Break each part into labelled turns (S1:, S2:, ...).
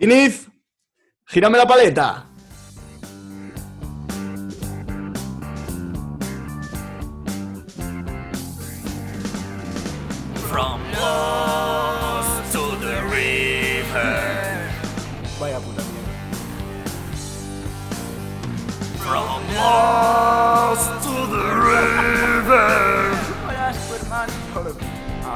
S1: Iniz, gírame la paleta.
S2: From lost to the river.
S1: Vaya puta mierda.
S2: From lost to the river.
S3: Hola, Superman.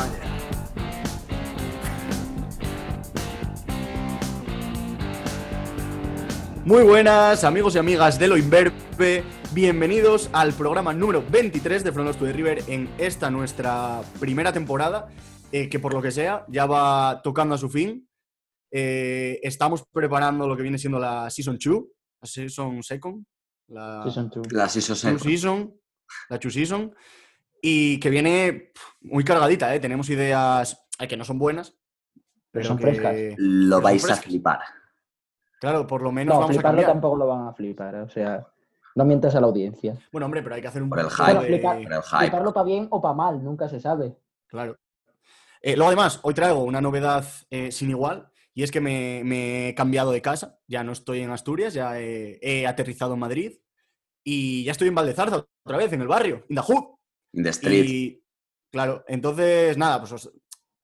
S1: Muy buenas, amigos y amigas de lo imberbe. Bienvenidos al programa número 23 de From Lost to the River en esta nuestra primera temporada, eh, que por lo que sea ya va tocando a su fin. Eh, estamos preparando lo que viene siendo la Season 2, la Season Second, la
S4: Sí, son tú.
S5: La Siso
S1: Two Season, la Two Season, y que viene pf, muy cargadita, ¿eh? Tenemos ideas ay, que no son buenas, pero
S4: son
S1: que-
S4: frescas.
S5: Lo
S1: Pero
S5: vais a
S1: frescas.
S5: flipar.
S1: Claro, por lo menos
S4: No,
S1: vamos a
S4: fliparlo
S1: cambiar.
S4: tampoco lo van a flipar, o sea, no mientas a la audiencia.
S1: Bueno, hombre, pero hay que hacer un
S5: Por el
S1: poco
S5: hype.
S1: de-
S4: Bueno,
S5: Pero el hype.
S4: Fliparlo para bien o para mal, nunca se sabe.
S1: Claro. Eh, luego, además, hoy traigo una novedad eh, sin igual, y es que me, me he cambiado de casa. Ya no estoy en Asturias, ya he, he aterrizado en Madrid, y ya estoy en Valdezarza otra vez, en el barrio, in the hood.
S5: In the street.
S1: Y claro, entonces, nada, pues os-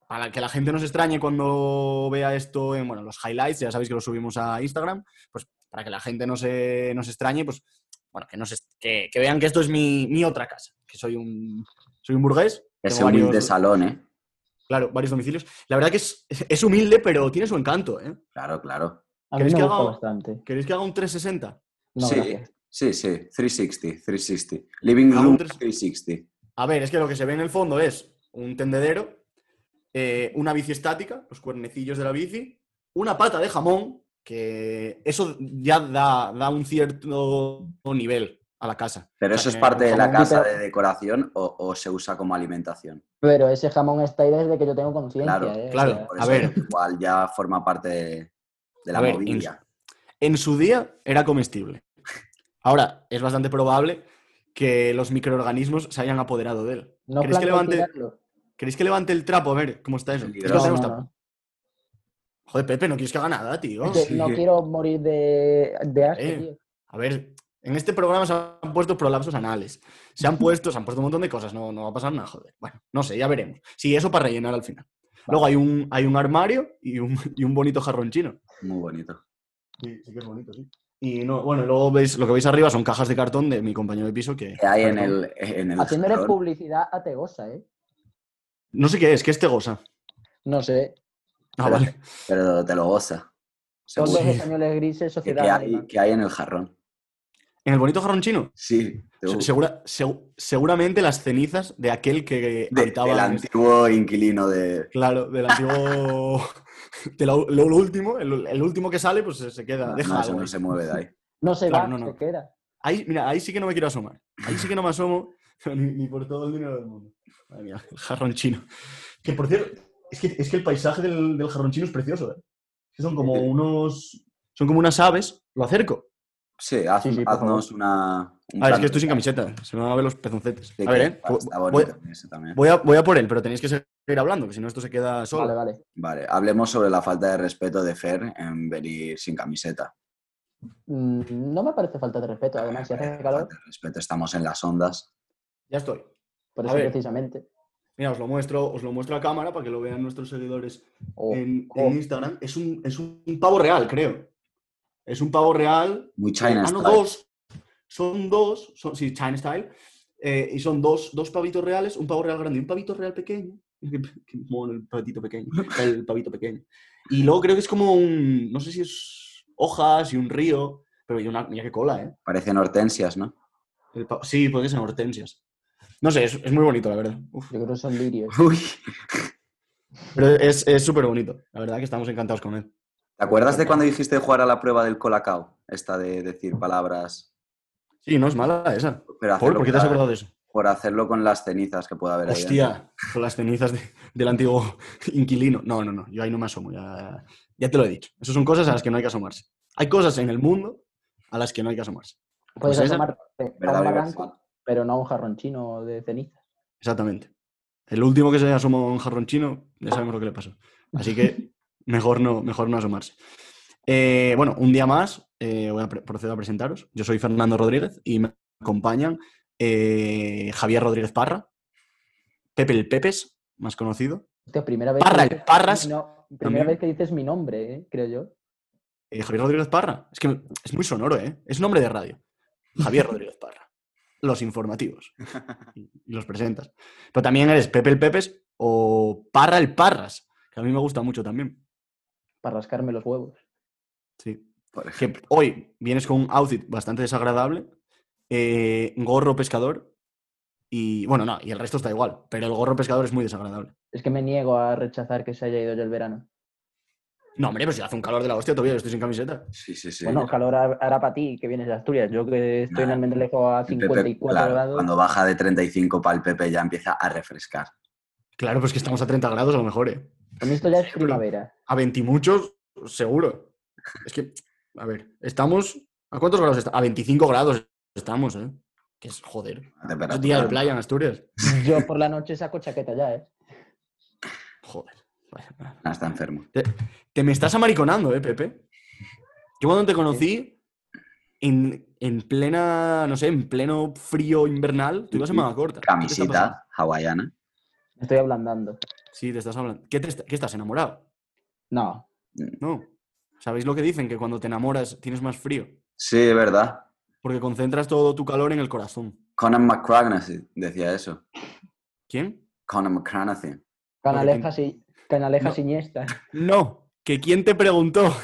S1: para que la gente no se extrañe cuando vea esto en bueno, los highlights, ya sabéis que los subimos a Instagram, pues para que la gente no se, no se extrañe, pues bueno, que, no se- que, que vean que esto es mi, mi otra casa, que soy un, soy un burgués.
S5: Ese
S1: tengo
S5: humilde
S1: varios-
S5: salón, ¿eh?
S1: Claro, varios domicilios. La verdad que es, es humilde, pero tiene su encanto, ¿eh?
S5: Claro, claro.
S4: A mí me
S1: ¿Crees
S4: gusta
S1: que haga-
S4: bastante.
S1: ¿Queréis que haga un 360?
S4: No,
S5: sí,
S4: gracias.
S5: sí, sí. 360, 360. Living
S1: Ah, un
S5: room
S1: tres-
S5: 360.
S1: A ver, es que lo que se ve en el fondo es un tendedero, eh, una bici estática, los cuernecillos de la bici, una pata de jamón, que eso ya da, da un cierto nivel a la casa.
S5: Pero
S1: O sea,
S5: eso es
S1: que
S5: parte de la
S1: jamón-
S5: casa de decoración o, o se usa como alimentación.
S4: Pero ese jamón está ahí desde que yo tengo conciencia.
S5: Claro,
S4: eh, o
S1: claro.
S4: sea,
S5: Por
S1: A
S5: eso
S1: ver.
S5: igual ya forma parte de, de la
S1: A ver,
S5: movida.
S1: En su día era comestible. Ahora es bastante probable que los microorganismos se hayan apoderado de él.
S4: no
S1: ¿Queréis, que
S4: planeo
S1: levante,
S4: tirarlo.
S1: ¿Queréis que levante el trapo? A ver, ¿cómo está eso? Es que
S5: No,
S4: No,
S1: tenemos
S4: no,
S1: tap-
S4: no.
S1: Joder, Pepe, no quieres que haga nada, tío.
S4: Es que
S5: sí.
S4: no quiero morir de, de asco,
S1: Eh.
S4: tío.
S1: A ver, en este programa se han puesto prolapsos anales. Se han puesto, se han puesto un montón de cosas, no, no va a pasar nada, joder. Bueno, no sé, ya veremos. Sí, eso para rellenar al final. Luego hay un, hay un armario y un, y un bonito jarrón chino.
S5: Muy bonito.
S1: Sí, sí que es bonito, sí. Y no, bueno, y luego veis, lo que veis arriba son cajas de cartón de mi compañero de piso que.
S5: Que hay en el, en el
S4: Haciéndole
S5: salón?
S4: publicidad a Tegosa, ¿eh?
S1: No sé qué es, que es Tegosa.
S4: No sé.
S1: Ah, vale.
S5: Pero te lo goza.
S4: Son
S5: Seguro.
S4: los españoles grises,
S5: Que,
S4: sociedad.
S5: que
S4: alemana.
S5: hay, que hay en el jarrón.
S1: En el bonito jarrón chino.
S5: Sí. te-
S1: Se- segura- segu- seguramente las cenizas de aquel que
S5: de-
S1: habitaba
S5: del
S1: en- este
S5: antiguo inquilino de...
S1: Claro, del antiguo. de lo, lo- lo último, el, el último que sale, pues se- se queda.
S5: No,
S1: deja
S5: no, eso
S1: algo
S5: no
S1: ahí.
S5: se mueve de ahí.
S4: No se
S1: Claro,
S4: va,
S1: no, no.
S4: se queda.
S1: Ahí, mira, ahí sí que no me quiero asomar. Ahí sí que no me asomo ni, ni por todo el dinero del mundo. Madre mía, el jarrón chino. Que por cierto, es que, es que el paisaje del, del jarrón chino es precioso, ¿eh? Que son como unos. Son como unas aves. Lo acerco.
S5: Sí, haz-
S4: Sí, sí, por
S5: haznos una... un
S1: A ver, Ah, es
S5: plan
S1: que estoy sin camiseta. Se me van a ver los pezoncetes.
S5: de
S1: A ver,
S5: que-
S1: ¿eh?
S5: bueno, Está
S1: Voy-
S5: bonito eso también.
S1: Voy a, voy a por él, pero tenéis que seguir hablando, que si no esto se queda solo.
S4: Vale, vale.
S5: Vale, hablemos sobre la falta de respeto de Fer en venir sin camiseta.
S4: Mm, No me parece falta de respeto, además, si
S1: Eh,
S4: hace calor,
S5: Falta de respeto, estamos en las ondas.
S1: Ya estoy.
S4: por
S1: A
S4: eso
S1: ver.
S4: precisamente.
S1: Mira, os lo muestro, os lo muestro a cámara para que lo vean nuestros seguidores
S4: Oh,
S1: en,
S4: oh.
S1: en Instagram. Es un, es un pavo real, creo. Es un pavo real.
S5: Muy China eh,
S1: ah, no,
S5: style.
S1: dos. Son dos. Son, sí, China Style. Eh, y son dos, dos pavitos reales, un pavo real grande y un pavito real pequeño. Qué qué mono el pavito pequeño. El pavito pequeño. Y luego creo que es como un. No sé si es hojas y un río. Pero y una, mira qué cola,
S4: oh.
S1: ¿eh?
S5: Parecen hortensias, ¿no?
S1: El pa- sí, puede que sean hortensias. No sé, es, es muy bonito, la verdad. Uf.
S4: Yo creo que son lirios.
S5: Uy.
S1: Pero es es súper bonito. La verdad que estamos encantados con él.
S5: ¿Te acuerdas de cuando dijiste jugar a la prueba del colacao? Esta de decir palabras...
S1: Sí, no es mala esa. Paul,
S5: Pero hacerlo
S1: ¿por qué te has
S5: con-
S1: acordado de eso?
S5: por hacerlo con las cenizas que pueda haber ahí ¿eh? dentro.
S1: Hostia, con las cenizas de- del antiguo inquilino. No, no, no, yo ahí no me asomo, ya, ya te lo he dicho. Esas son cosas a las que no hay que asomarse. Hay cosas en el mundo a las que no hay que asomarse.
S4: Puedes
S1: Pues esa-
S4: asomarte a
S5: ¿Verdad,
S4: un
S5: universal?
S4: barranco, pero no a un jarrón chino de ceniza.
S1: Exactamente. El último que se asomó a un jarrón chino, ya sabemos lo que le pasó. Así que mejor no, mejor no asomarse. Eh, bueno, un día más eh, voy a pre- procedo a presentaros. Yo soy Fernando Rodríguez y me acompañan eh, Javier Rodríguez Parra, Pepe el Pepes, más conocido,
S4: Hostia, primera vez
S1: Parra,
S4: que
S1: el Parras,
S4: No, primera
S1: también.
S4: vez que dices mi nombre, ¿eh? creo yo.
S1: eh, Javier Rodríguez Parra. Es que es muy sonoro, ¿eh? Es nombre de radio. Javier Rodríguez Parra. Los informativos. Y y los presentas. Pero también eres Pepe el Pepes o Parra el Parras, que a mí me gusta mucho también.
S4: Para rascarme los huevos.
S1: Sí.
S5: Por ejemplo.
S1: que hoy vienes con un outfit bastante desagradable, eh, gorro pescador y, bueno, no, y el resto está igual, pero el gorro pescador es muy desagradable.
S4: Es que me niego a rechazar que se haya ido ya el verano.
S1: No, hombre, pues si hace un calor de la hostia todavía, yo estoy sin camiseta.
S5: Sí, sí, sí.
S4: Bueno, calor ha- hará para ti, que vienes de Asturias. Yo que estoy en
S5: Nah,
S4: Almendralejo a
S5: El Pepe,
S4: 54
S5: claro,
S4: grados.
S5: Cuando baja de 35 para el Pepe ya empieza a refrescar.
S1: Claro, pues que estamos a 30 grados a lo mejor, ¿eh?
S4: Para mí esto ya es
S1: Seguro.
S4: primavera.
S1: A 20 muchos, seguro. Es que, a ver, estamos... ¿A cuántos grados está? A 25 grados estamos, ¿eh? Que es, joder.
S5: La temperatura.
S1: Es día de playa en Asturias.
S4: Yo por la noche saco chaqueta ya, ¿eh?
S1: Joder. Vaya,
S5: Ah, está enfermo.
S1: Te me estás amariconando, ¿eh, Pepe? Yo cuando te conocí, en, en plena, no sé, en pleno frío invernal, tú ibas en manga corta. ¿Qué te está pasando?
S5: Camisita hawaiana.
S4: Me estoy ablandando.
S1: Sí, te estás hablando. ¿Qué, te est- qué estás enamorado?
S4: No,
S1: No. ¿Sabéis lo que dicen? Que cuando te enamoras tienes más frío.
S5: Sí, es verdad.
S1: Porque concentras todo tu calor en el corazón.
S5: Conan McCragnasy decía eso.
S1: ¿Quién?
S5: Conan McCragnasy.
S4: canalejas si... canalejas
S1: No.
S4: Iniesta.
S1: No. ¿Que quién te preguntó?
S4: Ah,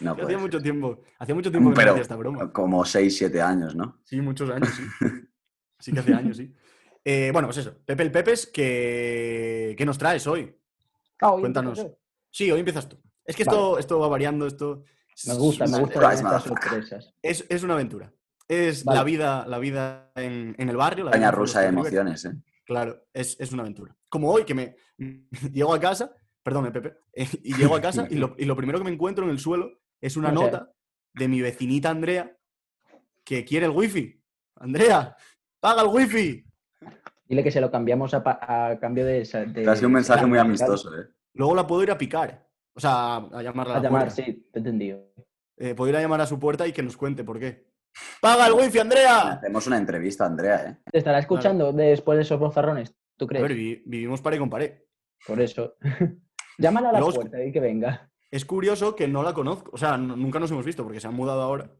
S5: No,
S1: Yo hacía
S4: pues.
S5: puede
S1: mucho
S5: ser.
S1: tiempo. Hacía mucho tiempo que
S5: Pero-
S1: no hacía esta broma.
S5: Como 6, 7 años, ¿no?
S1: Sí, muchos años, sí. Sí que hace años, sí. Eh, bueno, pues eso. Pepe el Pepes, ¿qué, qué nos traes hoy?
S4: Ah, hoy
S1: Cuéntanos.
S4: empiezo yo.
S1: Sí, hoy empiezas tú. Es que esto, esto va variando, esto...
S4: Me gusta, me
S5: Surprise,
S4: gustan estas
S5: motherfucker.
S4: sorpresas.
S1: Es, es una aventura. Es
S4: Vale.
S1: la vida, la vida en, en el barrio. La
S5: Caña
S1: vida en
S5: rusa de
S1: Forest River.
S5: emociones, ¿eh?
S1: Claro, es, es una aventura. Como hoy, que me llego a casa, perdón, Pepe, eh, y llego a casa y lo, y lo primero que me encuentro en el suelo es una
S4: O sea-
S1: nota de mi vecinita Andrea que quiere el wifi. Andrea, paga el wifi.
S4: Dile que se lo cambiamos a, pa- a cambio de... esa- de-
S5: Te ha sido un mensaje muy
S4: Ah,
S5: amistoso, ¿eh?
S1: Luego la puedo ir a picar. O sea, a llamarla a
S4: A
S1: la
S4: llamar,
S1: puerta.
S4: sí, te he entendido.
S1: Eh, puedo ir a llamar a su puerta y que nos cuente por qué. ¡Paga el wifi, Andrea!
S5: Hacemos una entrevista, Andrea, ¿eh?
S4: Te estará escuchando después de esos bozarrones, ¿tú
S1: A
S4: crees?
S1: ver, vi- vivimos para y comparé.
S4: Por eso. Llámala a la
S1: Los-
S4: puerta y que venga.
S1: Es curioso que no la conozco. O sea, no- nunca nos hemos visto porque se han mudado ahora.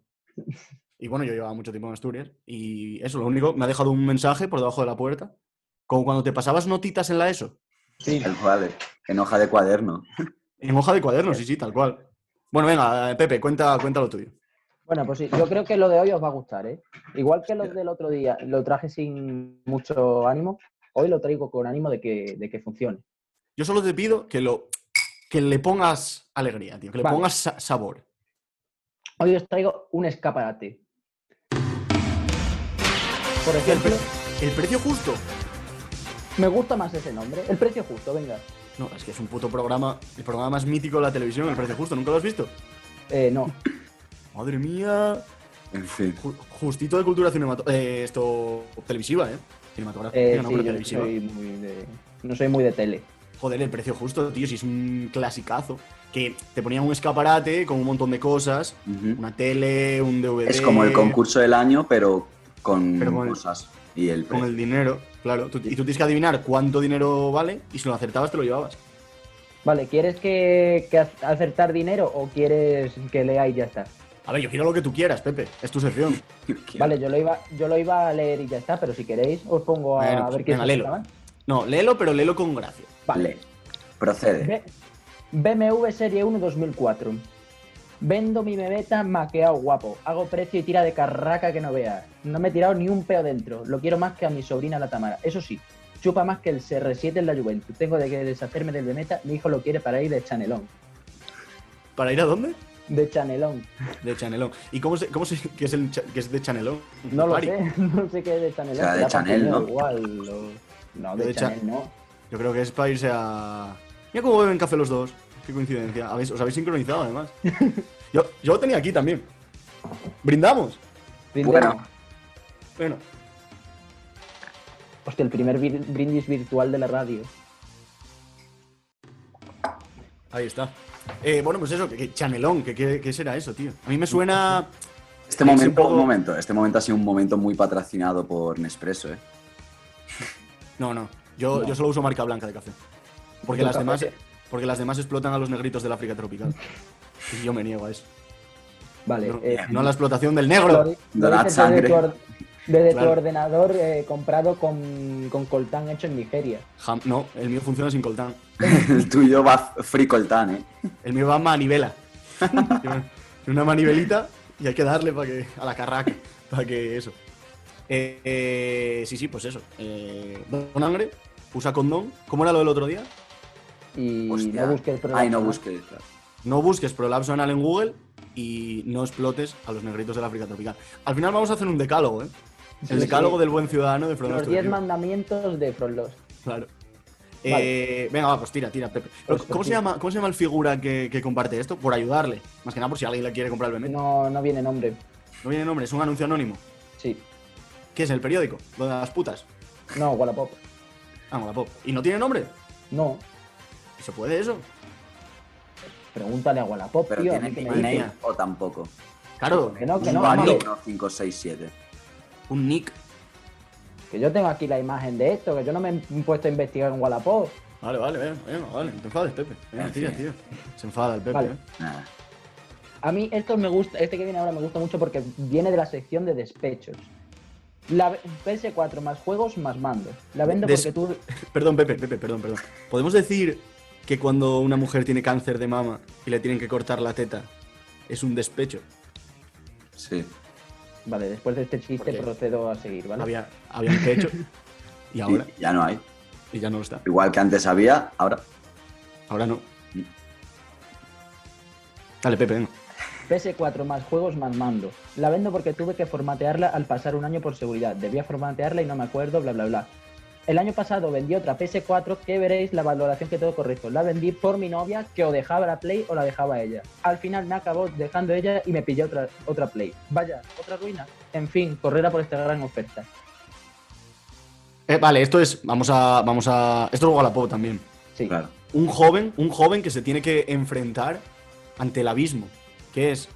S1: Y bueno, yo llevaba mucho tiempo en Asturias. Y eso, lo único, me ha dejado un mensaje por debajo de la puerta. Como cuando te pasabas notitas en la ESO.
S4: Sí,
S5: Tal cual, ¿eh? En hoja de cuaderno.
S1: En hoja de cuaderno, sí, sí, tal cual. Bueno, venga, eh, Pepe, cuenta, cuenta lo tuyo.
S4: Bueno, pues sí, yo creo que lo de hoy os va a gustar, ¿eh? Igual que lo del otro día, lo traje sin mucho ánimo, hoy lo traigo con ánimo de que, de que funcione.
S1: Yo solo te pido que, lo, que le pongas alegría, tío. Que le
S4: Vale.
S1: pongas sa- sabor.
S4: Hoy os traigo un escaparate. Por
S1: El,
S4: ejemplo,
S1: pre- el precio justo.
S4: me gusta más ese nombre, el precio justo, venga.
S1: No, es que es un puto programa, el programa más mítico de la televisión, El Precio Justo, ¿nunca lo has visto?
S4: Eh, no,
S1: Madre mía,
S5: En fin.
S1: ju- justito de cultura cinematográfica, esto, televisiva, ¿eh? Cinematográfica,
S4: eh,
S1: no,
S4: sí,
S1: pero
S4: yo no
S1: televisiva.
S4: soy muy de, no soy muy de tele.
S1: Joder, El Precio Justo, tío, si es un clasicazo, que te ponían un escaparate con un montón de cosas,
S5: Ujú.
S1: una tele, un DVD...
S5: Es como el concurso del año, pero con
S1: Pero con el-
S5: cosas. Y el
S1: Con
S4: eh.
S5: precio.
S1: el dinero, claro. tú- y tú tienes que adivinar cuánto dinero vale y si lo acertabas te lo llevabas.
S4: Vale, ¿quieres que, que ac- acertar dinero o quieres que lea y ya está?
S1: A ver, yo quiero lo que tú quieras, Pepe, es tu sección.
S4: Vale, yo lo iba, yo lo iba a leer y ya está, pero si queréis os pongo a,
S1: Bueno, pues,
S4: ver quién
S1: venga,
S4: se
S1: léelo.
S4: acertaba.
S1: No, léelo, pero léelo con gracia.
S5: Vale. Procede.
S4: B- BMW Serie 1 2004. Vendo mi bebeta maqueado guapo. Hago precio y tira de carraca que no veas. No me he tirado ni un peo dentro. Lo quiero más que a mi sobrina la Tamara. Eso sí, chupa más que el CR7 en la Juventus. Tengo de que deshacerme del bebeta. Mi hijo lo quiere para ir de chanelón.
S1: ¿Para ir a dónde?
S4: De chanelón.
S1: De Chanelón. ¿Y cómo se, cómo se qué es el cha- qué es de Chanelón?
S4: No lo
S1: Pari.
S4: sé. No sé qué es de chanelón.
S5: O sea, de
S4: será
S5: Chanel,
S4: patrimonio
S5: ¿no?
S4: Igual. o- No, de,
S1: De Cha-
S4: chanel no.
S1: Yo creo que es para irse a. Mira cómo beben café los dos. Qué coincidencia. Habéis- os habéis sincronizado además. Yo, yo lo tenía aquí también. Brindamos.
S5: Bueno,
S1: Bueno,
S4: Hostia, el primer vir- brindis virtual de la radio.
S1: ahí está. Eh, bueno, pues eso, que, que Chanelón, que, que- ¿qué será eso, tío? A mí me suena.
S5: Este
S1: Sí, sí,
S5: momento,
S1: un poco.
S5: un momento, este momento ha sido un momento muy patrocinado por Nespresso, ¿eh?
S1: No, no. Yo,
S4: No.
S1: yo solo uso marca blanca de café. Porque
S4: Yo
S1: las,
S4: café.
S1: demás, porque las demás explotan a los negritos del África tropical. Y yo me niego a eso.
S4: Vale.
S1: No,
S4: eh,
S1: no a la explotación del negro.
S5: De la
S4: dices desde
S5: sangre.
S4: tu or- Desde tu
S1: Claro.
S4: ordenador eh, comprado con, con coltán hecho en Nigeria.
S1: Jam- no, el mío funciona sin coltán.
S5: El tuyo va fricoltán, ¿eh?
S1: El mío va a manivela. Tiene una manivelita y hay que darle para que a la carraca, para que eso. Eh, eh, sí, sí, pues eso. Eh, don Angre, usa condón. ¿Cómo era lo del otro día?
S4: Y
S5: Hostia.
S4: Pues no busques problemas.
S5: Ay, no busques. claro.
S1: No busques prolapso anal en Google y no explotes a los negritos del África tropical. Al final vamos a hacer un decálogo, ¿eh?
S4: Sí,
S1: El decálogo
S4: sí.
S1: del buen ciudadano de Frodo
S4: Los 10 mandamientos de Frontlost.
S1: Claro. Eh, venga, va, pues tira, tira, Pepe. Pero,
S4: Pues,
S1: ¿cómo,
S4: pues,
S1: se
S4: tira.
S1: llama, ¿Cómo se llama el figura que, que comparte esto? Por ayudarle. Más que nada por si alguien le quiere comprar el bebé. No,
S4: No, no viene nombre.
S1: viene nombre, es un anuncio anónimo.
S4: Sí.
S1: ¿Qué es el periódico? Lo de las putas.
S4: No, Wallapop.
S1: Ah, Wallapop. ¿Y no tiene nombre?
S4: No.
S1: ¿Se puede eso?
S4: Pregúntale a Wallapop,
S5: Pero
S4: tío. a
S5: tiene
S4: mí que me
S1: madre
S4: dice.
S5: nickname
S1: dices?
S5: o tampoco.
S1: Claro,
S4: Que no, que
S1: un
S4: no,
S1: usuario,
S4: vale.
S5: 567.
S1: un nick.
S4: Que yo tengo aquí la imagen de esto, que yo no me he puesto a investigar en Wallapop.
S1: Vale, vale, venga, venga, vale. No te enfades, Pepe. Venga,
S5: En
S1: tira,
S5: fin.
S1: tío. Se enfada el Pepe,
S4: Ah, Vale.
S1: ¿eh?
S5: Nada.
S4: A mí esto me gusta, este que viene ahora me gusta mucho porque viene de la sección de despechos. La PS4 más juegos más mando. La vendo
S1: Des-
S4: porque tú.
S1: Perdón, Pepe, Pepe, perdón, perdón. ¿Podemos decir que cuando una mujer tiene cáncer de mama y le tienen que cortar la teta, es un despecho?
S5: Sí.
S4: Vale, después de este chiste
S1: ¿Por qué?
S4: procedo a seguir, ¿vale?
S1: Había, había un pecho y ahora
S5: Y ya no hay.
S1: y ya no lo está.
S5: Igual que antes había, ahora.
S1: Ahora no. Dale, Pepe, venga.
S4: PS4 más juegos más mando. La vendo porque tuve que formatearla al pasar un año por seguridad. Debía formatearla y no me acuerdo, bla, bla, bla. El año pasado vendí otra PS4 que veréis la valoración que todo correcto. La vendí por mi novia que o dejaba la Play o la dejaba ella. Al final me acabó dejando ella y me pillé otra, otra Play. Vaya, otra ruina. En fin, correrá por esta gran oferta.
S1: Eh, vale, esto es. Vamos a. Vamos a. Esto es Wallapop también.
S4: Sí.
S5: Claro.
S1: Un joven, un joven que se tiene que enfrentar ante el abismo. Que es.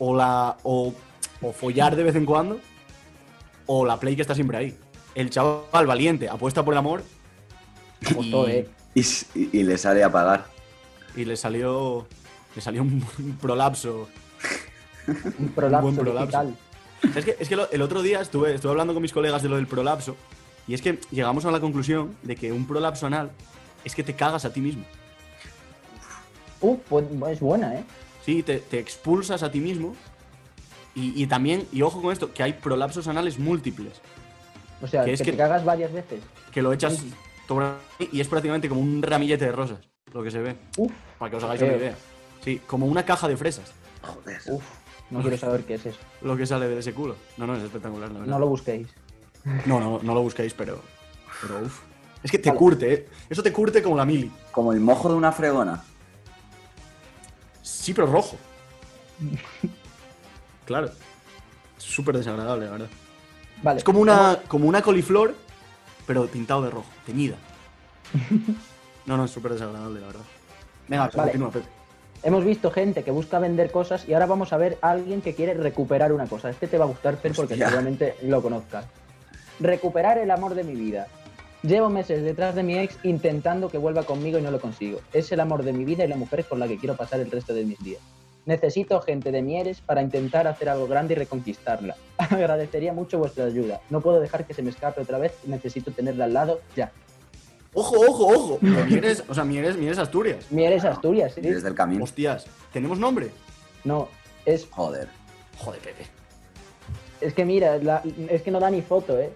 S1: O la. O, o follar de vez en cuando. O la play que está siempre ahí. El chaval valiente apuesta por el amor.
S4: Apostó,
S1: y,
S4: eh.
S5: Y, s- y- y le sale a pagar.
S1: y le salió. Le salió un- un prolapso.
S4: Un prolapso,
S1: buen prolapso.
S4: digital.
S1: Es que, es que lo- el otro día estuve, estuve hablando con mis colegas de lo del prolapso y es que llegamos a la conclusión de que un prolapso anal es que te cagas a ti mismo.
S4: Uh, pues es buena, ¿eh?
S1: Sí, te, te expulsas a ti mismo y, y también, y ojo con esto, que hay prolapsos anales múltiples,
S4: O sea,
S1: Que es
S4: que
S1: que-
S4: te cagas varias veces.
S1: que lo echas sobre- y es prácticamente como un ramillete de rosas, lo que se ve,
S4: Uf,
S1: para que os hagáis una
S4: Eh.
S1: idea. Sí, como una caja de fresas,
S5: Joder.
S4: uf. No quiero saber qué es eso.
S1: lo que sale de ese culo. No, no, es espectacular, la verdad.
S4: No lo busquéis.
S1: no, no, no lo busquéis, pero... pero uf. Es que te
S4: Vale.
S1: curte, ¿eh? Eso te curte como la mili.
S5: Como el mojo de una fregona.
S1: Sí, pero rojo. claro. Es Súper desagradable, la verdad.
S4: Vale.
S1: Es como una, como una coliflor, pero pintado de rojo, teñida. No, no, es súper desagradable, la verdad. Venga,
S4: Vale.
S1: continúa, Pepe.
S4: Hemos visto gente que busca vender cosas y ahora vamos a ver a alguien que quiere recuperar una cosa. Este te va a gustar, Fer, porque
S5: Hostia.
S4: seguramente lo conozcas. Recuperar el amor de mi vida. Llevo meses detrás de mi ex intentando que vuelva conmigo y no lo consigo. Es el amor de mi vida y la mujer con la que quiero pasar el resto de mis días. Necesito gente de mi eres para intentar hacer algo grande y reconquistarla. Agradecería mucho vuestra ayuda. No puedo dejar que se me escape otra vez. Necesito tenerla al lado ya.
S1: Ojo, ojo, ojo. Pero Mieres, o sea, Mieres, Mieres Asturias.
S4: Mi eres Asturias, ¿sí?
S5: Desde el camino.
S1: Hostias, ¿tenemos nombre?
S4: No, es
S5: Joder.
S1: Joder, Pepe.
S4: Es que mira, la- es que no da ni foto, ¿eh?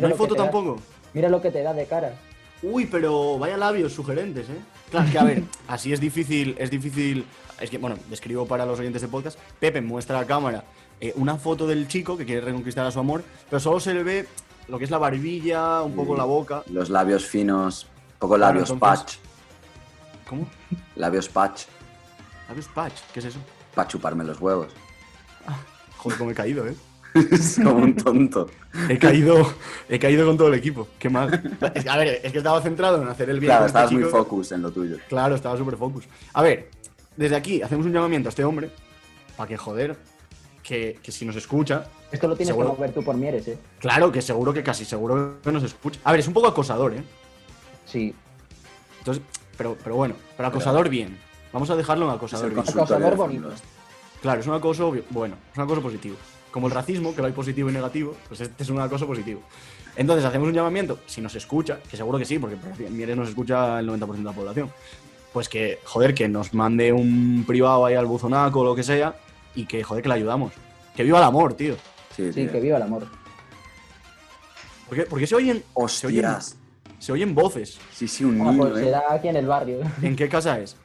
S1: No hay
S4: lo que
S1: foto
S4: te da-
S1: tampoco.
S4: mira lo que te da de cara.
S1: Uy, pero vaya labios sugerentes, ¿eh? Claro, es que a ver, así es difícil, es difícil. Es que, bueno, describo para los oyentes de podcast. Pepe muestra a la cámara eh, una foto del chico que quiere reconquistar a su amor, pero solo se le ve lo que es la barbilla, un poco
S5: Sí.
S1: la boca.
S5: Los labios finos. Poco
S1: Claro,
S5: labios
S1: entonces-
S5: patch.
S1: ¿Cómo?
S5: Labios patch.
S1: ¿Labios patch? ¿Qué es eso?
S5: Para chuparme los huevos.
S1: Joder, cómo he caído, ¿eh?
S5: Es como un tonto.
S1: He caído, he caído con todo el equipo. Qué mal. Es que, a ver, es que estaba centrado en hacer el bien.
S5: Claro,
S1: con este
S5: estabas muy
S1: chico.
S5: focus en lo tuyo.
S1: Claro, estaba súper focus. A ver, desde aquí hacemos un llamamiento a este hombre para que joder, que, que si nos escucha,
S4: Esto lo tienes
S1: Seguro.
S4: que mover tú por Mieres, ¿eh?
S1: claro que seguro que casi seguro que nos escucha. A ver, es un poco acosador, ¿eh?
S4: Sí.
S1: Entonces, pero, pero bueno, pero acosador bien. Vamos a dejarlo en acosador
S5: el
S1: bien.
S5: consultorio
S4: Acosador
S5: de
S4: bonito.
S5: Fernando.
S1: Claro, es un acoso obvio- bueno, es un acoso positivo. Como el racismo, que lo hay positivo y negativo, pues este es un acoso positivo. Entonces hacemos un llamamiento, si nos escucha, que seguro que sí, porque Mieres nos escucha el 90% de la población, pues que, joder, que nos mande un privado ahí al buzonaco o lo que sea, y que, joder, que le ayudamos. Que viva el amor, tío.
S5: Sí,
S4: Sí,
S5: tío.
S4: que viva el amor.
S1: Porque, porque se oyen, se oyen,
S5: Hostias.
S1: se oyen voces.
S5: Sí, sí, un
S4: Ah,
S5: niño,
S4: pues
S5: eh.
S4: será aquí en el barrio,
S1: ¿En qué casa es?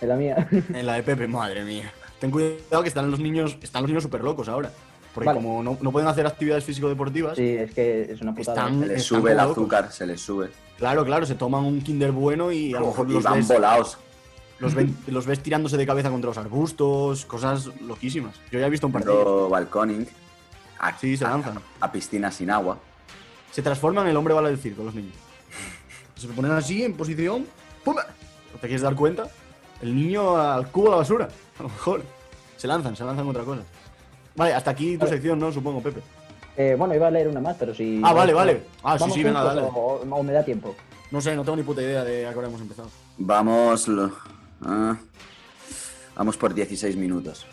S4: en la mía.
S1: En la de Pepe, madre mía. Ten cuidado que están los niños, están los niños súper locos ahora. Porque
S4: Vale.
S1: como no, no pueden hacer actividades físico-deportivas,
S4: Sí, es que es una putada.
S1: Están-
S5: Se les
S1: Están
S5: sube el
S1: como locos.
S5: azúcar, se les sube.
S1: Claro, claro, se toman un Kinder bueno y a lo mejor
S5: y
S1: los
S5: van
S1: ves,
S5: volados.
S1: los, ven- los ves tirándose de cabeza contra los arbustos, cosas loquísimas. Yo ya he visto un partido.
S5: Pero balconing. A,
S1: Sí, se
S5: a-
S1: lanzan.
S5: a piscina sin agua.
S1: Se transforman en el hombre bala del circo los niños. Se ponen así en posición. ¡Pum! ¿Te quieres dar cuenta? El niño al cubo de la basura. A lo mejor. Se lanzan, se lanzan contra cosas. Vale, hasta aquí tu
S4: Vale.
S1: sección, ¿no? Supongo, Pepe.
S4: Eh, bueno, iba a leer una más, pero si.
S1: Ah, vale, vale. Ah, sí,
S4: Vamos
S1: sí, venga,
S4: juntos
S1: dale.
S4: O, o me da tiempo.
S1: No sé, no tengo ni puta idea de a qué hora hemos empezado.
S5: Vamos. lo- ah, vamos por 16 minutos.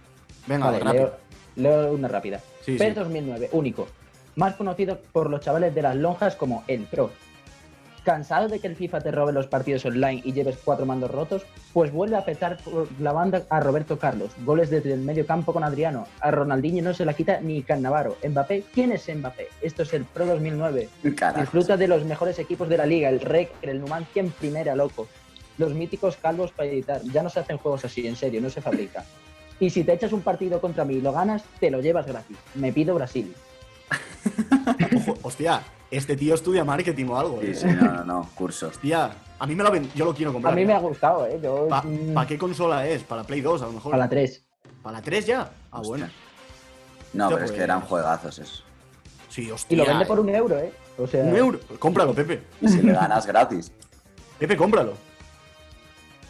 S1: Venga,
S4: Vale,
S1: rápido.
S4: leo, leo una rápida.
S1: Sí,
S4: PES
S1: sí.
S4: 2009, único. Más conocido por los chavales de las lonjas como el Pro. ¿Cansado de que el FIFA te robe los partidos online y lleves cuatro mandos rotos? Pues vuelve a petar por la banda a Roberto Carlos. Goles desde el medio campo con Adriano. A Ronaldinho no se la quita ni Cannavaro. Mbappé, ¿quién es Mbappé? Esto es el Pro 2009.
S5: Carajo.
S4: Disfruta de los mejores equipos de la liga, el Rec, el Numancia en primera, loco. Los míticos calvos para editar. Ya no se hacen juegos así, en serio, no se fabrica. Y si te echas un partido contra mí y lo ganas, te lo llevas gratis. Me pido Brasil.
S1: Ojo, hostia, este tío estudia marketing o algo.
S5: Sí,
S1: ¿eh?
S5: sí, no, no, no, cursos.
S1: Hostia, a mí me lo ven- yo lo quiero
S4: A
S1: comprar.
S4: mí
S1: ¿eh?
S4: me ha gustado, ¿eh? Yo,
S1: ¿Para
S4: mm,
S1: qué consola es? ¿Para Play 2 a lo mejor?
S4: a la 3.
S1: ¿Para la 3 ya? Ah,
S5: Hostia.
S1: bueno.
S5: No,
S1: Hostia,
S5: pero es
S1: pues.
S5: que eran juegazos eso.
S1: Sí,
S4: Y
S1: hostia.
S4: lo vende
S1: eh.
S4: por un euro, ¿eh? O sea,
S1: Un euro. Cómpralo, Pepe.
S5: Y si le ganas gratis.
S1: Pepe, cómpralo.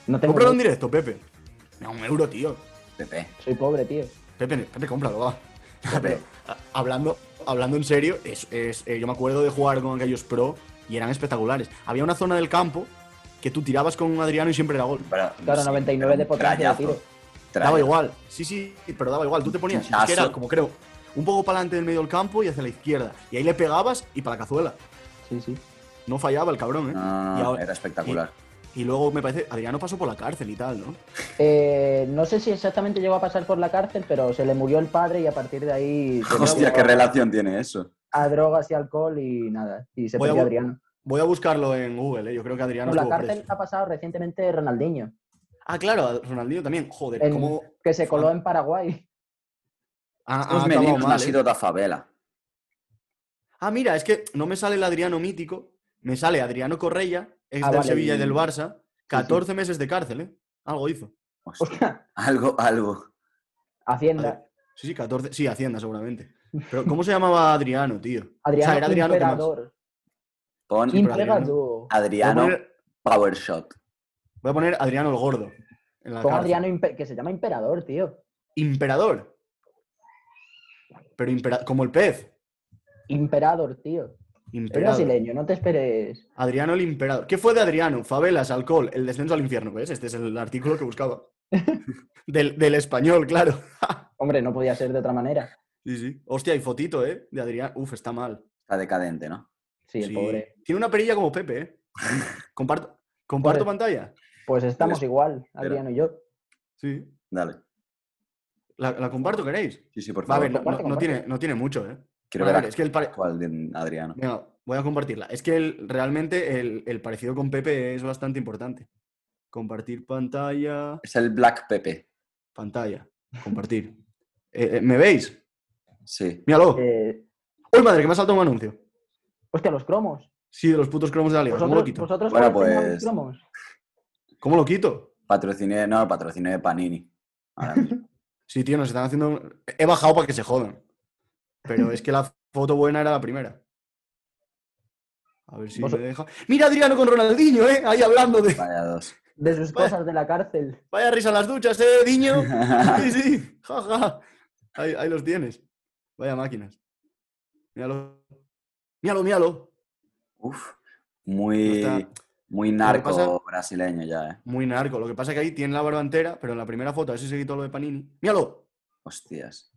S4: no tengo.
S1: Cómpralo en
S4: ni-
S1: directo, Pepe. No, un euro, tío.
S5: Pepe.
S4: Soy pobre, tío.
S1: Pepe, Pepe cómpralo, va.
S5: Pepe.
S1: Ah, Hablando, hablando en serio, es, es- eh, yo me acuerdo de jugar con aquellos pro y eran espectaculares. Había una zona del campo que tú tirabas con un Adriano y siempre era gol.
S5: Pero,
S4: Claro, 99 de potencia de
S5: trayazo,
S4: tiro.
S5: trayazo.
S1: Daba igual. Sí, sí, pero daba igual. Tú te ponías, es que era
S5: Pinchazo.
S1: como creo, un poco para adelante del medio del campo y hacia la izquierda. Y ahí le pegabas y para la cazuela.
S4: Sí, sí.
S1: No fallaba el cabrón, ¿eh?
S5: No, no, no,
S1: y, ahora-
S5: era espectacular.
S1: y luego me parece, Adriano pasó por la cárcel y tal, ¿no?
S4: Eh, no sé si exactamente llegó a pasar por la cárcel, pero se le murió el padre y a partir de ahí. se
S5: Hostia,
S4: drogó
S5: qué relación tiene eso.
S4: A drogas y alcohol y nada. Y se
S1: Voy a
S4: perdió
S1: bu-
S4: Adriano.
S1: Voy a buscarlo en Google, ¿eh? Yo creo que Adriano
S4: Por la
S1: estuvo
S4: cárcel
S1: preso.
S4: ha pasado recientemente Ronaldinho,
S1: Ah, claro, a Ronaldinho también. Joder,
S4: el
S1: cómo
S4: que se
S1: Ah.
S4: coló en Paraguay.
S1: ha, ha
S5: Los
S1: acabado
S5: meninos
S1: mal,
S5: han
S1: ¿eh?
S5: sido da favela.
S1: Ah, mira, es que no me sale el Adriano mítico, me sale Adriano Correia, ex
S4: Ah,
S1: del
S4: vale,
S1: Sevilla y del
S5: bien.
S1: Barça, 14 meses de cárcel, ¿eh? Algo hizo.
S4: Hostia,
S5: Algo, algo.
S4: Hacienda.
S1: Sí, sí, 14. Sí, Hacienda, seguramente. Pero, ¿cómo se llamaba Adriano, tío?
S4: Adriano,
S1: o sea, era Adriano que más.
S4: Imperador.
S5: Pon
S1: Sí, pero
S4: Imperador.
S1: Voy a
S5: Adriano
S1: poner,
S5: Powershot.
S1: voy a poner Adriano el Gordo. En la
S4: Pon
S1: cárcel.
S4: Adriano Impe- que se llama Imperador, tío.
S1: Imperador. Pero impera- como el pez.
S4: Imperador, tío. Es
S1: Imperador.
S4: brasileño, no te esperes.
S1: Adriano el Imperador. ¿Qué fue de Adriano? Favelas, alcohol, el descenso al infierno. ¿Ves? Este es el artículo que buscaba. del, del español, claro.
S4: Hombre, no podía ser de otra manera.
S1: Sí, sí. Hostia, y fotito, ¿eh? De Adriano. Uf, está mal.
S5: Está decadente, ¿no?
S4: Sí, el
S1: Sí.
S4: pobre.
S1: Tiene una perilla como Pepe, ¿eh? Comparto, comparto
S4: Pobre.
S1: pantalla.
S4: Pues estamos
S5: Espera.
S4: igual, Adriano y yo.
S1: Sí.
S5: Dale.
S1: La, la comparto, ¿queréis?
S5: Sí, sí, por
S1: Va a
S5: favor.
S1: ver, no,
S4: comparte,
S1: no- no
S4: comparte.
S1: tiene, no tiene mucho, ¿eh?
S5: Quiero
S1: Bueno, a
S5: ver
S1: ver,
S5: a-
S1: es que el pare-
S5: cuál de Adriano.
S1: Venga, voy a compartirla. Es que el- realmente el, el parecido con Pepe es bastante importante. Compartir pantalla,
S5: Es el Black Pepe.
S1: pantalla, compartir. Eh, eh, ¿Me veis?
S5: Sí.
S1: Míralo.
S4: Eh,
S1: ¡Uy, madre, que me ha saltado un anuncio!
S4: hostia, los cromos.
S1: Sí, de los putos cromos de la liga. ¿Cómo lo
S4: ¿Vosotros,
S1: quito?
S4: vosotros
S5: Bueno,
S4: conocéis a los
S5: pues-
S4: cromos?
S1: ¿Cómo lo quito?
S5: Patrociné, no, patrociné Panini. Ahora mismo.
S1: Sí, tío, nos están haciendo... un- He bajado para que se jodan. Pero es que la foto buena era la primera. A ver si
S4: Vos-
S1: me deja... ¡Mira a Adriano con Ronaldinho, eh! Ahí hablando de...
S5: Vaya dos.
S4: de sus cosas de la cárcel.
S1: Vaya risa en las duchas, ¿eh, Diño? Sí, sí, jaja. Ahí, ahí los tienes. Vaya máquinas. Míralo. Míralo, míralo.
S5: Uf,
S4: Eh,
S5: muy,
S1: Está-
S5: muy
S1: que pasa-
S5: narco brasileño ya, eh.
S1: Muy narco. Lo que pasa es que ahí tiene la barba entera, pero en la primera foto, a ver si se quitó lo de Panini. Míralo.
S5: Hostias.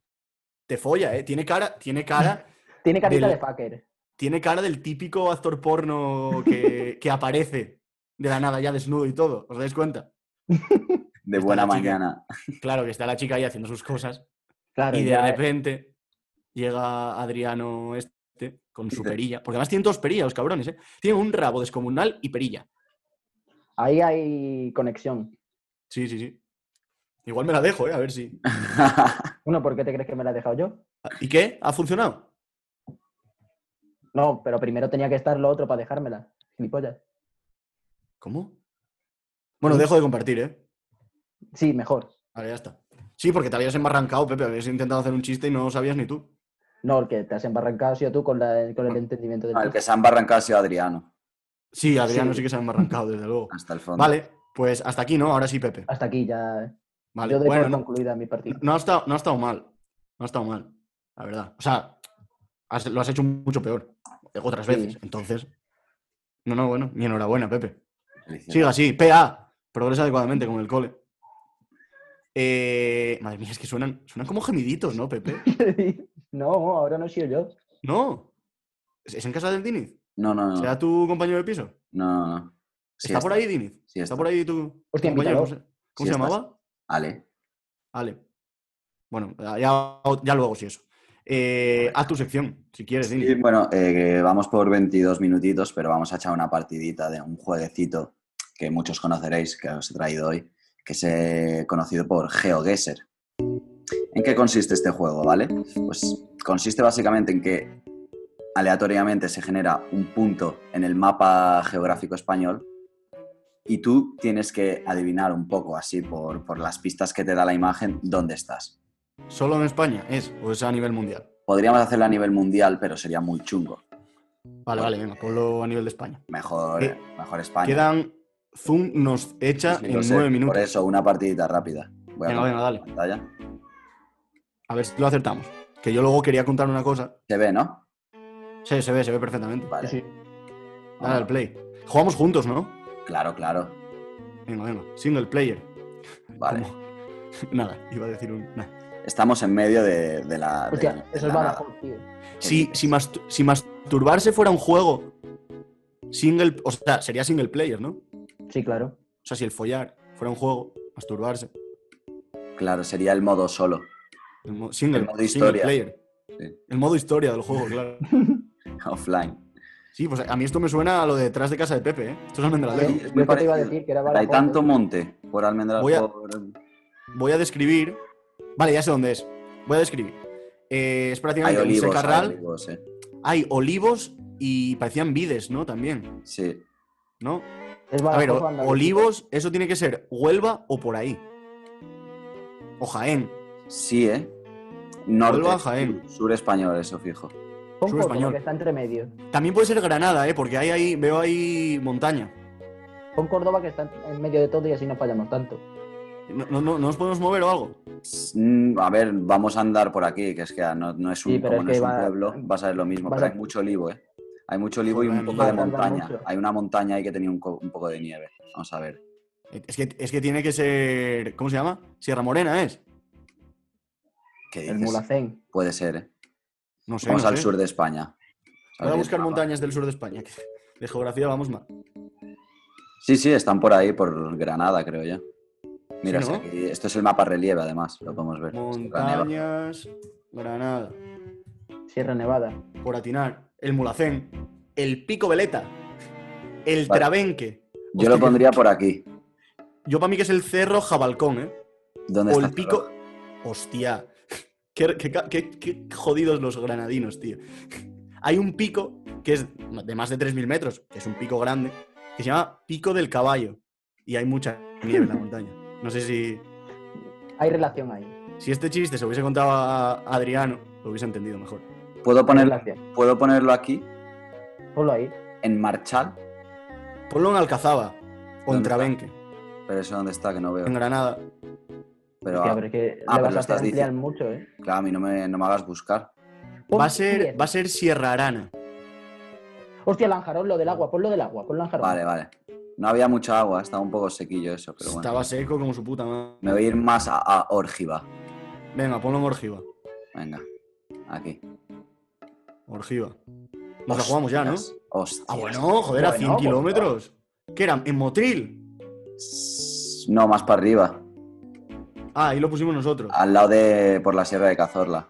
S1: Te folla, ¿eh? Tiene cara, tiene cara,
S4: Tiene carita
S1: Del-
S4: de fucker.
S1: tiene cara del típico actor porno que, que aparece de la nada ya desnudo y todo. ¿Os dais cuenta?
S5: De
S1: Está
S5: buena
S1: la chica.
S5: mañana.
S1: Claro que está la chica ahí haciendo sus cosas
S4: Claro,
S1: y de
S4: ya- eh.
S1: repente llega Adriano este con su
S5: Dice-
S1: perilla. Porque además tienen dos perillas, los cabrones, ¿eh? Tienen un rabo descomunal y perilla.
S4: ahí hay conexión.
S1: Sí, sí, sí. Igual me la dejo, ¿eh? A ver si.
S4: Uno, ¿por qué te crees que me la he dejado yo?
S1: ¿Y qué? ¿Ha funcionado?
S4: No, pero primero tenía que estar lo otro para dejármela. Gilipollas.
S1: ¿Cómo?
S4: Pues
S1: Bueno, dejo de compartir, ¿eh?
S4: Sí, mejor.
S1: Vale, ya está. Sí, porque te habías embarrancado, Pepe. Habías intentado hacer un chiste y no lo sabías ni tú.
S4: No, el que te has embarrancado ha sido tú con, la- con el entendimiento del
S5: No, Ah, el
S4: chiste.
S5: que se ha embarrancado ha sido Adriano.
S1: Sí, Adriano sí,
S4: Sí.
S1: que se ha embarrancado, desde luego.
S5: Hasta el fondo.
S1: Vale, pues hasta aquí, ¿no? Ahora sí, Pepe.
S4: Hasta aquí ya.
S1: Vale,
S4: Yo doy
S1: bueno,
S4: por
S1: no,
S4: concluida mi partida.
S1: no ha estado, no ha estado mal. No ha estado mal, la verdad. O sea, has- lo has hecho mucho peor eh, otras
S4: Sí.
S1: veces. Entonces, no, no, bueno, ni enhorabuena, Pepe.
S5: Felicidades.
S1: Siga así, PA. Progresa adecuadamente con el cole. Eh, madre mía, es que suenan, suenan como gemiditos, ¿no, Pepe?
S4: no, ahora no he sido yo.
S1: No. ¿Es es en casa del Diniz?
S5: No, no, no.
S1: ¿Será tu compañero de piso?
S5: No, no, no. Sí
S1: ¿Está por ahí, Diniz?
S5: Sí
S1: ¿Está
S5: está.
S1: por ahí tu
S4: Hostia,
S1: tu compañero?
S4: invítalo.
S1: ¿Cómo se, cómo
S5: Sí
S1: se
S5: está.
S1: llamaba?
S5: Ale.
S1: Ale. Bueno, ya, ya luego si eso. Eh, haz tu sección, si quieres, Diniz.
S5: Sí, bueno, eh, vamos por 22 minutitos, pero vamos a echar una partidita de un jueguecito que muchos conoceréis, que os he traído hoy, que es eh, conocido por GeoGuessr. ¿En qué consiste este juego, vale? Pues consiste básicamente en que aleatoriamente se genera un punto en el mapa geográfico español y tú tienes que adivinar un poco así por, por las pistas que te da la imagen dónde estás.
S1: ¿Solo en España es o es a nivel mundial?
S5: Podríamos hacerlo a nivel mundial, pero sería muy chungo.
S1: Vale, vale, venga, ponlo a nivel de España.
S5: Mejor,
S1: Eh,
S5: mejor España.
S1: Quedan... Zoom nos echa
S5: Sí,
S1: en
S5: lo sé,
S1: nueve minutos.
S5: Por eso, una partidita rápida. Voy
S1: Venga,
S5: a
S1: venga, dale.
S5: pantalla.
S1: A ver si lo acertamos. Que yo luego quería contar una cosa.
S5: Se ve, ¿no?
S1: Sí, se ve, se ve perfectamente.
S5: Vale.
S1: Sí, sí. Dale
S5: Vamos.
S1: al play. Jugamos juntos, ¿no?
S5: Claro, claro.
S1: Venga, venga. Single player.
S5: Vale.
S1: Como- Nada, iba a decir un. nada.
S5: Estamos en medio de, de la. de-
S4: Hostia,
S5: de
S4: eso es
S5: la nada.
S4: Badajoz, tío.
S1: Si, si, mastu- si masturbarse fuera un juego, single. O sea, sería single player, ¿no? O
S4: Sí, claro.
S1: sea, si el follar fuera un juego, masturbarse.
S5: Claro, sería el modo solo.
S1: el mo- single,
S5: El modo
S1: single
S5: historia.
S1: player.
S5: Sí.
S1: El modo historia del juego, claro.
S5: Offline.
S1: Sí, pues a mí esto me suena a lo de detrás de casa de Pepe, ¿eh? Esto es Almendralejo.
S5: Sí,
S4: Yo
S5: muy
S4: es que te iba a
S5: parecido.
S4: decir que era
S5: Hay
S4: Badajoz. ¿eh?
S5: tanto monte por almendral.
S1: Voy a-
S5: por-
S1: Voy a describir. Vale, ya sé dónde es. Voy a describir. Eh, es
S5: Hay
S1: prácticamente un
S5: olivos. hay
S1: secarral.
S5: olivos, eh.
S1: Hay olivos y parecían vides, ¿no? También,
S5: Sí.
S1: ¿no?
S4: Es
S1: A
S4: Badajoz
S1: ver, o-
S4: o Andalucía.
S1: olivos, eso tiene que ser Huelva o por ahí. O Jaén.
S5: Sí, ¿eh? Norte.
S1: Vuelvo a Jaén.
S5: Sur español, eso fijo.
S4: Pon
S1: sur
S4: foto,
S1: español.
S4: que está entre medio.
S1: También puede ser Granada, ¿eh? Porque hay ahí, veo ahí montaña.
S4: Pon Córdoba que está en medio de todo y así no fallamos tanto.
S1: ¿No, no, no- no nos podemos mover o algo?
S5: Mm, A ver, vamos a andar por aquí, que es que no, no es un,
S4: Sí, pero
S5: como
S4: es
S5: no
S4: que
S5: es un
S4: va-
S5: pueblo, va a ser lo mismo,
S4: vas
S5: pero
S4: a-
S5: hay mucho olivo, ¿eh? Hay mucho olivo y
S1: Joder,
S5: un poco de
S4: va a tardar
S5: montaña.
S4: mucho.
S5: Hay una montaña ahí que tenía un, co- un poco de nieve. Vamos a ver.
S1: Es que, es que tiene que ser. ¿Cómo se llama? Sierra Morena es.
S5: ¿Qué
S4: El
S5: dices?
S4: Mulacén.
S5: Puede ser, ¿eh?
S1: No sé.
S5: Vamos
S1: no
S5: al
S1: sé.
S5: sur de España.
S1: Voy a
S5: Abrir
S1: buscar
S5: mapa.
S1: montañas del sur de España. que De geografía vamos mal.
S5: Sí, sí, están por ahí, por Granada, creo yo. Mira,
S1: Sí,
S5: si
S1: ¿no?
S5: aquí- esto es el mapa relieve, además, lo podemos ver. Sierra Nevada.
S1: Montañas. Granada.
S4: Sierra Nevada.
S1: Por atinar. El Mulacén. El Pico Veleta. El
S5: Vale.
S1: Trabenque.
S5: Yo lo
S1: Hostia.
S5: pondría por aquí.
S1: Yo para mí que es el cerro Jabalcón, ¿eh?
S5: ¿Dónde
S1: O
S5: está?
S1: el pico. Hostia. Qué, qué ca- qué- qué jodidos los granadinos, tío. Hay un pico que es de más de 3.000 metros, que es un pico grande, que se llama Pico del Caballo. Y hay mucha nieve en la montaña. No sé si,
S4: Hay relación ahí.
S1: si este chiste se hubiese contado a a Adriano, lo hubiese entendido mejor.
S5: ¿Puedo,
S4: Hay
S5: poner,
S4: relación.
S5: ¿Puedo ponerlo aquí?
S4: Ponlo ahí.
S5: ¿En Marchal?
S1: Ponlo en Alcazaba o en
S5: ¿Dónde está?
S1: Trabenque.
S5: Pero eso dónde está, que no veo.
S1: en Granada.
S5: Pero,
S4: Hostia,
S5: ah,
S4: pero es que
S5: ah,
S4: le
S5: pero
S4: vas
S5: lo
S4: a hacer
S5: estás
S4: ampliar
S5: diciendo.
S4: mucho, ¿eh?
S5: claro, a mí no me, no me hagas buscar.
S1: Va
S4: Pon
S1: a ser,
S4: 10.
S1: va a ser Sierra Arana.
S4: Hostia, Lanjarón, lo del agua, ponlo del agua, pon Lanjarón.
S5: Vale, vale. No había mucha agua, estaba un poco sequillo eso, pero bueno.
S1: Estaba seco como su puta madre.
S5: Me voy a ir más a, a Orgiva.
S1: Venga, ponlo en Orgiva.
S5: Venga, aquí.
S1: Orgiva. Nos la jugamos ya, ¿no?
S5: Hostias, hostias.
S1: Ah, bueno, joder, a
S4: Bueno,
S1: 100
S4: pues,
S1: kilómetros. ¿Qué era? ¿En Motril?
S5: S- No, más para arriba.
S1: Ah, ahí lo pusimos nosotros.
S5: Al lado de. por la Sierra de Cazorla.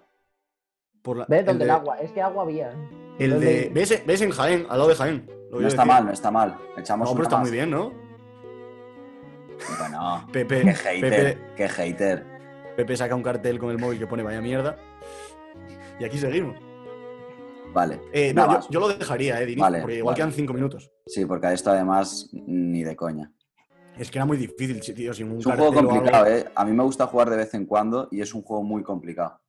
S1: Por la-
S4: ¿Ves? Donde
S1: de-
S4: el agua, es que agua había.
S1: El
S4: donde-
S1: de. ¿Ves, ves en Jaén? Al lado de Jaén. Lo
S5: No
S1: iba a
S5: está
S1: decir.
S5: mal, no está mal. Echamos
S1: No,
S5: un
S1: pero está muy bien, ¿no?
S5: Bueno,
S1: Pepe,
S5: qué hater,
S1: Pepe,
S5: qué hater.
S1: Pepe saca un cartel con el móvil que pone vaya mierda. Y aquí seguimos.
S5: Vale.
S1: Eh, no,
S5: Nada
S1: yo,
S5: más.
S1: yo lo dejaría, eh, de inicio,
S5: Vale,
S1: porque igual
S5: vale.
S1: quedan cinco minutos.
S5: Sí, porque a esto además ni de coña.
S1: Es que era muy difícil, tío, sin un
S5: Es un
S1: cartel
S5: juego
S1: o algo.
S5: complicado, ¿eh? A mí me gusta jugar de vez en cuando y es un juego muy complicado.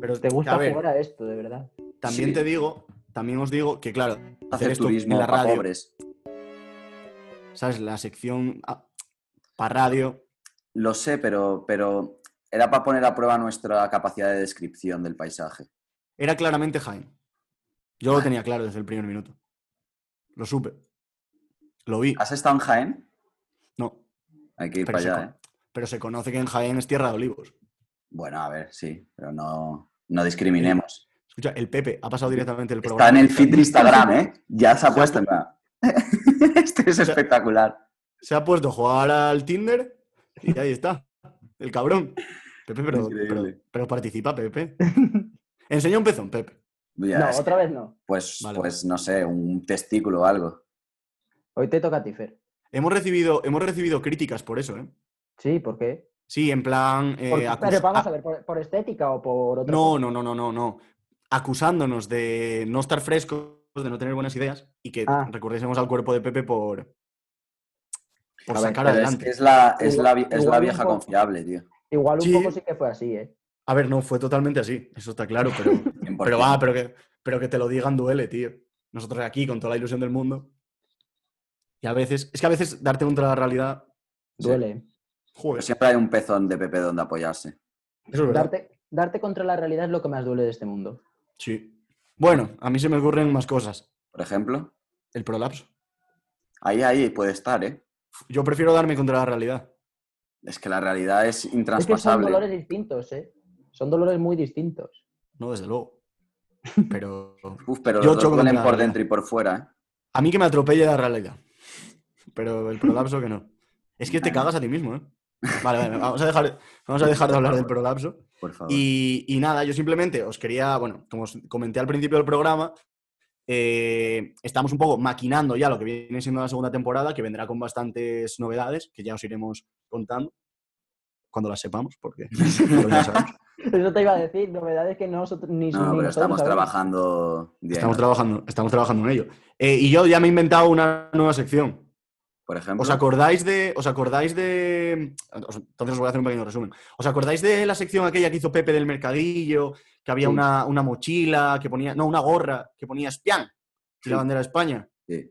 S1: Pero
S4: Te gusta
S1: a ver,
S4: jugar a esto, de verdad.
S1: También
S5: Sí.
S1: te digo, también os digo que, claro, hacer
S5: Hacer
S1: esto
S5: turismo
S1: en la
S5: para
S1: radio,
S5: pobres.
S1: ¿sabes? La sección ah, para radio.
S5: Lo sé, pero, pero era para poner a prueba nuestra capacidad de descripción del paisaje.
S1: Era claramente Jaime. Yo lo tenía claro desde el primer minuto. Lo supe. Lo vi.
S5: ¿Has estado en Jaén?
S1: No.
S5: Hay que ir
S1: Pero
S5: para
S1: se,
S5: allá,
S1: con-
S5: ¿eh?
S1: pero se conoce que en Jaén es tierra de olivos.
S5: Bueno, a ver, sí, pero no, no discriminemos.
S1: Escucha, el Pepe ha pasado directamente el programa.
S5: Está en el feed de Instagram, ¿eh? Ya se ha puesto en plan. Este es espectacular.
S1: Se ha puesto a jugar al Tinder y ahí está. El cabrón. Pepe, pero, pero,
S5: Increíble.
S1: pero participa, Pepe. Enseña un pezón, Pepe.
S5: Ya,
S4: No,
S5: es-
S4: otra vez no.
S5: Pues,
S1: Vale,
S5: pues no sé, un testículo o algo.
S4: Hoy te toca a ti, Fer.
S1: Hemos recibido, hemos recibido críticas por eso, ¿eh?
S4: Sí, ¿por qué?
S1: Sí, en plan. eh,
S4: Por-
S1: acus-
S4: pero vamos
S1: a-
S4: a ver, ¿por, por estética o por otra
S1: No, no, no, no, no, no. Acusándonos de no estar frescos, de no tener buenas ideas y que
S4: Ah.
S1: recurriésemos al cuerpo de Pepe por. por
S4: A ver,
S1: sacar
S5: Pero es,
S1: adelante.
S5: que es la, es la, vi- es
S4: Igual
S5: la
S4: un
S5: vieja
S4: poco.
S5: confiable, tío.
S4: Igual un
S1: Sí.
S4: poco sí que fue así, ¿eh?
S1: A ver, no, fue totalmente así, eso está claro, pero.
S5: 100%.
S1: pero va, pero que, pero que te lo digan duele, tío. Nosotros aquí con toda la ilusión del mundo. Y a veces. Es que a veces darte contra la realidad.
S5: Sí.
S4: Duele.
S5: Pero
S1: Joder,
S5: siempre hay un pezón de Pepe donde apoyarse.
S1: eso es verdad.
S4: Darte, darte contra la realidad es lo que más duele de este mundo.
S1: Sí. Bueno, a mí se me ocurren más cosas.
S5: Por ejemplo,
S1: El prolapso.
S5: ahí, ahí puede estar, ¿eh?
S1: Yo prefiero darme contra la realidad.
S5: Es que la realidad es
S4: Es que son
S5: intraspasable.
S4: dolores distintos, ¿eh? Son dolores muy distintos.
S1: No, desde luego. Pero
S5: Uf, pero
S1: Yo
S5: los dos
S1: choco
S5: duelen
S1: contra la
S5: por
S1: realidad.
S5: dentro y por fuera, ¿eh?
S1: a mí que me atropelle la realidad. Pero el prolapso que no. Es que te cagas a ti mismo, ¿eh? Vale, vale, vamos a dejar, vamos a dejar de hablar del prolapso.
S5: Por favor.
S1: Y, y nada, yo simplemente os quería, bueno, como os comenté al principio del programa, eh, estamos un poco maquinando ya lo que viene siendo la segunda temporada, que vendrá con bastantes novedades, que ya os iremos contando cuando las sepamos, porque porque ya sabemos.
S4: Eso te iba a decir, novedades que nosotros ni ni
S5: No, pero
S4: nosotros
S5: estamos
S4: sabemos.
S5: trabajando día y
S1: Estamos
S5: noche.
S1: trabajando, estamos trabajando en ello. Eh, y yo ya me he inventado una nueva sección.
S5: Por ejemplo,
S1: ¿Os acordáis de. ¿Os acordáis de. os- Entonces os voy a hacer un pequeño resumen. ¿Os acordáis de la sección aquella que hizo Pepe del Mercadillo? Que había
S4: Sí.
S1: una, una mochila que ponía. No, una gorra que ponía Espián y
S5: Sí.
S1: la bandera de España.
S5: sí.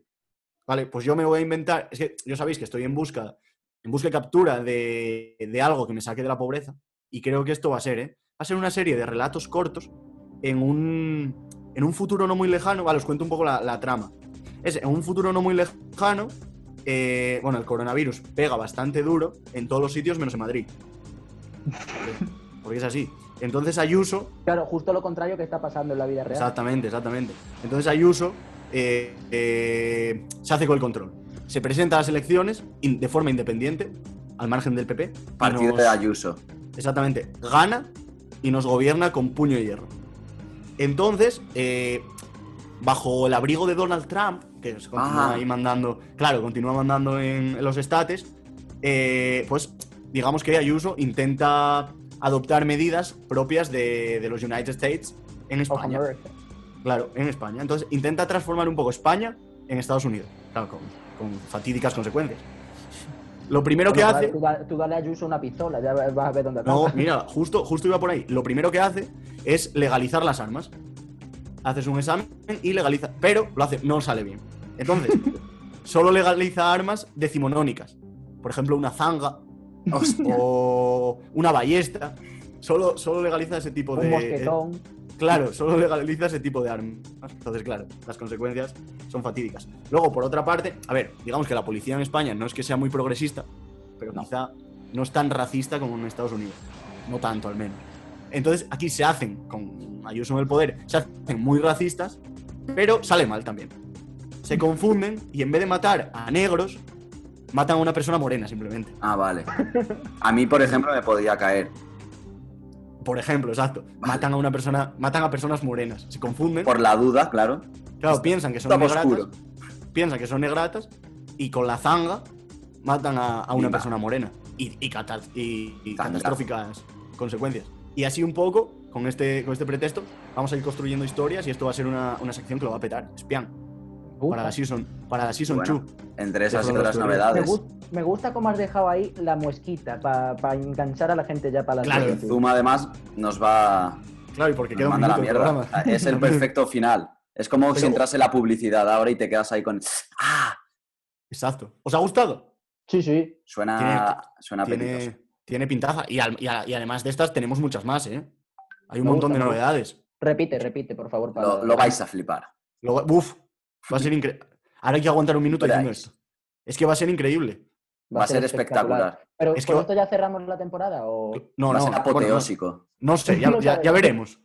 S1: Vale, pues yo me voy a inventar. Es que yo sabéis que estoy en busca, en busca y captura de, de algo que me saque de la pobreza. Y creo que esto va a ser, ¿eh? Va a ser una serie de relatos cortos en un, en un futuro no muy lejano. Vale, os cuento un poco la, la trama. Es en un futuro no muy lejano. eh, bueno, el coronavirus pega bastante duro en todos los sitios menos en Madrid. Porque- Porque es así. Entonces Ayuso
S4: Claro, justo lo contrario que está pasando en la vida real.
S1: Exactamente, exactamente. Entonces Ayuso eh, eh, se hace con el control. Se presenta a las elecciones in- de forma independiente, al margen del PP. y
S5: partido
S1: nos-
S5: de Ayuso.
S1: Exactamente. Gana y nos gobierna con puño y hierro. Entonces, eh, bajo el abrigo de Donald Trump, que se continúa
S5: Ah.
S1: ahí mandando, claro, continúa mandando en, en los estates, eh, pues digamos que Ayuso intenta adoptar medidas propias de, de los United States en
S4: Of
S1: España.
S4: America.
S1: Claro, en España. Entonces intenta transformar un poco España en Estados Unidos. Claro, con, con fatídicas consecuencias. Lo primero que
S4: Bueno, vale,
S1: hace.
S4: Tú, da- tú dale a Ayuso una pistola, ya vas a ver dónde
S1: No,
S4: ataca.
S1: mira, justo, justo iba por ahí. Lo primero que hace es legalizar las armas. Haces un examen y legaliza. Pero lo hace, no sale bien. Entonces, solo legaliza armas decimonónicas. por ejemplo, una zanga o una ballesta. Solo, solo legaliza ese tipo de.
S4: Un mosquetón.
S1: Claro, solo legaliza ese tipo de armas. Entonces, claro, las consecuencias son fatídicas. Luego, por otra parte, a ver, digamos que la policía en España no es que sea muy progresista, pero
S5: No.
S1: quizá no es tan racista como en Estados Unidos. No tanto, al menos. Entonces, aquí se hacen, con Ayuso en el poder, se hacen muy racistas, pero sale mal también. Se confunden y en vez de matar a negros, matan a una persona morena simplemente.
S5: Ah, vale. A mí, por ejemplo, me podría caer.
S1: Por ejemplo, exacto. Matan a una persona, matan a personas morenas. Se confunden.
S5: Por la duda, claro.
S1: Claro, piensan que son
S5: Estaba
S1: negratas.
S5: oscuro.
S1: Piensan que son negratas y con la zanga matan a, a una
S5: Viva.
S1: persona morena. Y, y cata- y- y
S5: Zanga.
S1: catastróficas consecuencias. Y así un poco, con este, con este pretexto, vamos a ir construyendo historias y esto va a ser una, una sección que lo va a petar. Espian.
S4: Uf,
S1: Para la season, para la season
S5: Bueno,
S1: 2.
S5: Entre esas y
S1: Dejo de
S5: otras
S1: los
S4: me,
S5: novedades.
S4: gust- me gusta cómo has dejado ahí la muesquita para enganchar a la gente ya para la
S1: Claro,
S4: siguiente.
S5: Zuma, además, nos va.
S1: Claro, y porque
S5: nos
S1: queda un
S5: manda a la
S1: minuto de
S5: mierda. Ah,
S1: programa.
S5: Es el perfecto final. Es como si
S1: Pero-
S5: entrase la publicidad ahora y te quedas ahí con. ¡Ah!
S1: Exacto. ¿Os ha gustado?
S4: Sí, sí.
S5: Suena, suena apetitoso.
S1: Tiene, tiene pintaza. Y, al- y a- y además de estas tenemos muchas más, ¿eh? Hay un
S4: Me
S1: montón
S4: gusta,
S1: de
S4: me gusta.
S1: novedades.
S4: Repite, repite, por favor. para-
S5: Lo, lo vais a flipar.
S1: Lo va- uf, va a ser increíble. Ahora hay que aguantar un minuto
S5: Verás.
S1: diciendo esto. Es que va a ser increíble.
S5: Va a ser espectacular.
S4: Pero
S1: Es que
S4: ¿con
S1: va-
S4: esto ya cerramos la temporada o...?
S1: No,
S5: va
S1: no,
S5: a ser
S1: bueno, no,
S5: apoteósico.
S1: no sé, ya,
S4: No
S1: ya-
S4: sabe.
S1: ya veremos.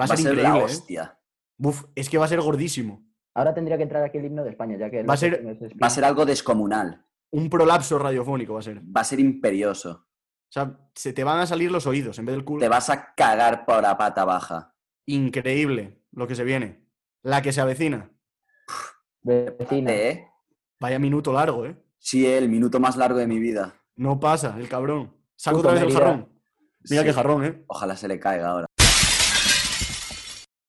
S1: Va a ser
S5: la
S1: increíble. ¿eh?
S5: hostia.
S1: Uf, es que va a ser gordísimo.
S4: Ahora tendría que entrar aquí el himno de España, ya que...
S1: Va a ser-
S5: Va a ser algo descomunal.
S1: Un prolapso radiofónico va a ser. O
S5: Va a ser imperioso.
S1: sea, se te van a salir los oídos en vez del culo.
S5: Te vas a cagar por la pata baja.
S1: Increíble lo que se viene. La que se avecina.
S4: Vecina.
S5: ¿Eh?
S1: Vaya minuto largo, ¿eh?
S5: Sí, el minuto más largo de mi vida.
S1: No pasa, el cabrón. Saco
S4: Puto
S1: otra vez el
S4: Merida.
S1: jarrón. Mira
S5: Sí.
S1: qué jarrón, ¿eh?
S5: Ojalá se le caiga ahora.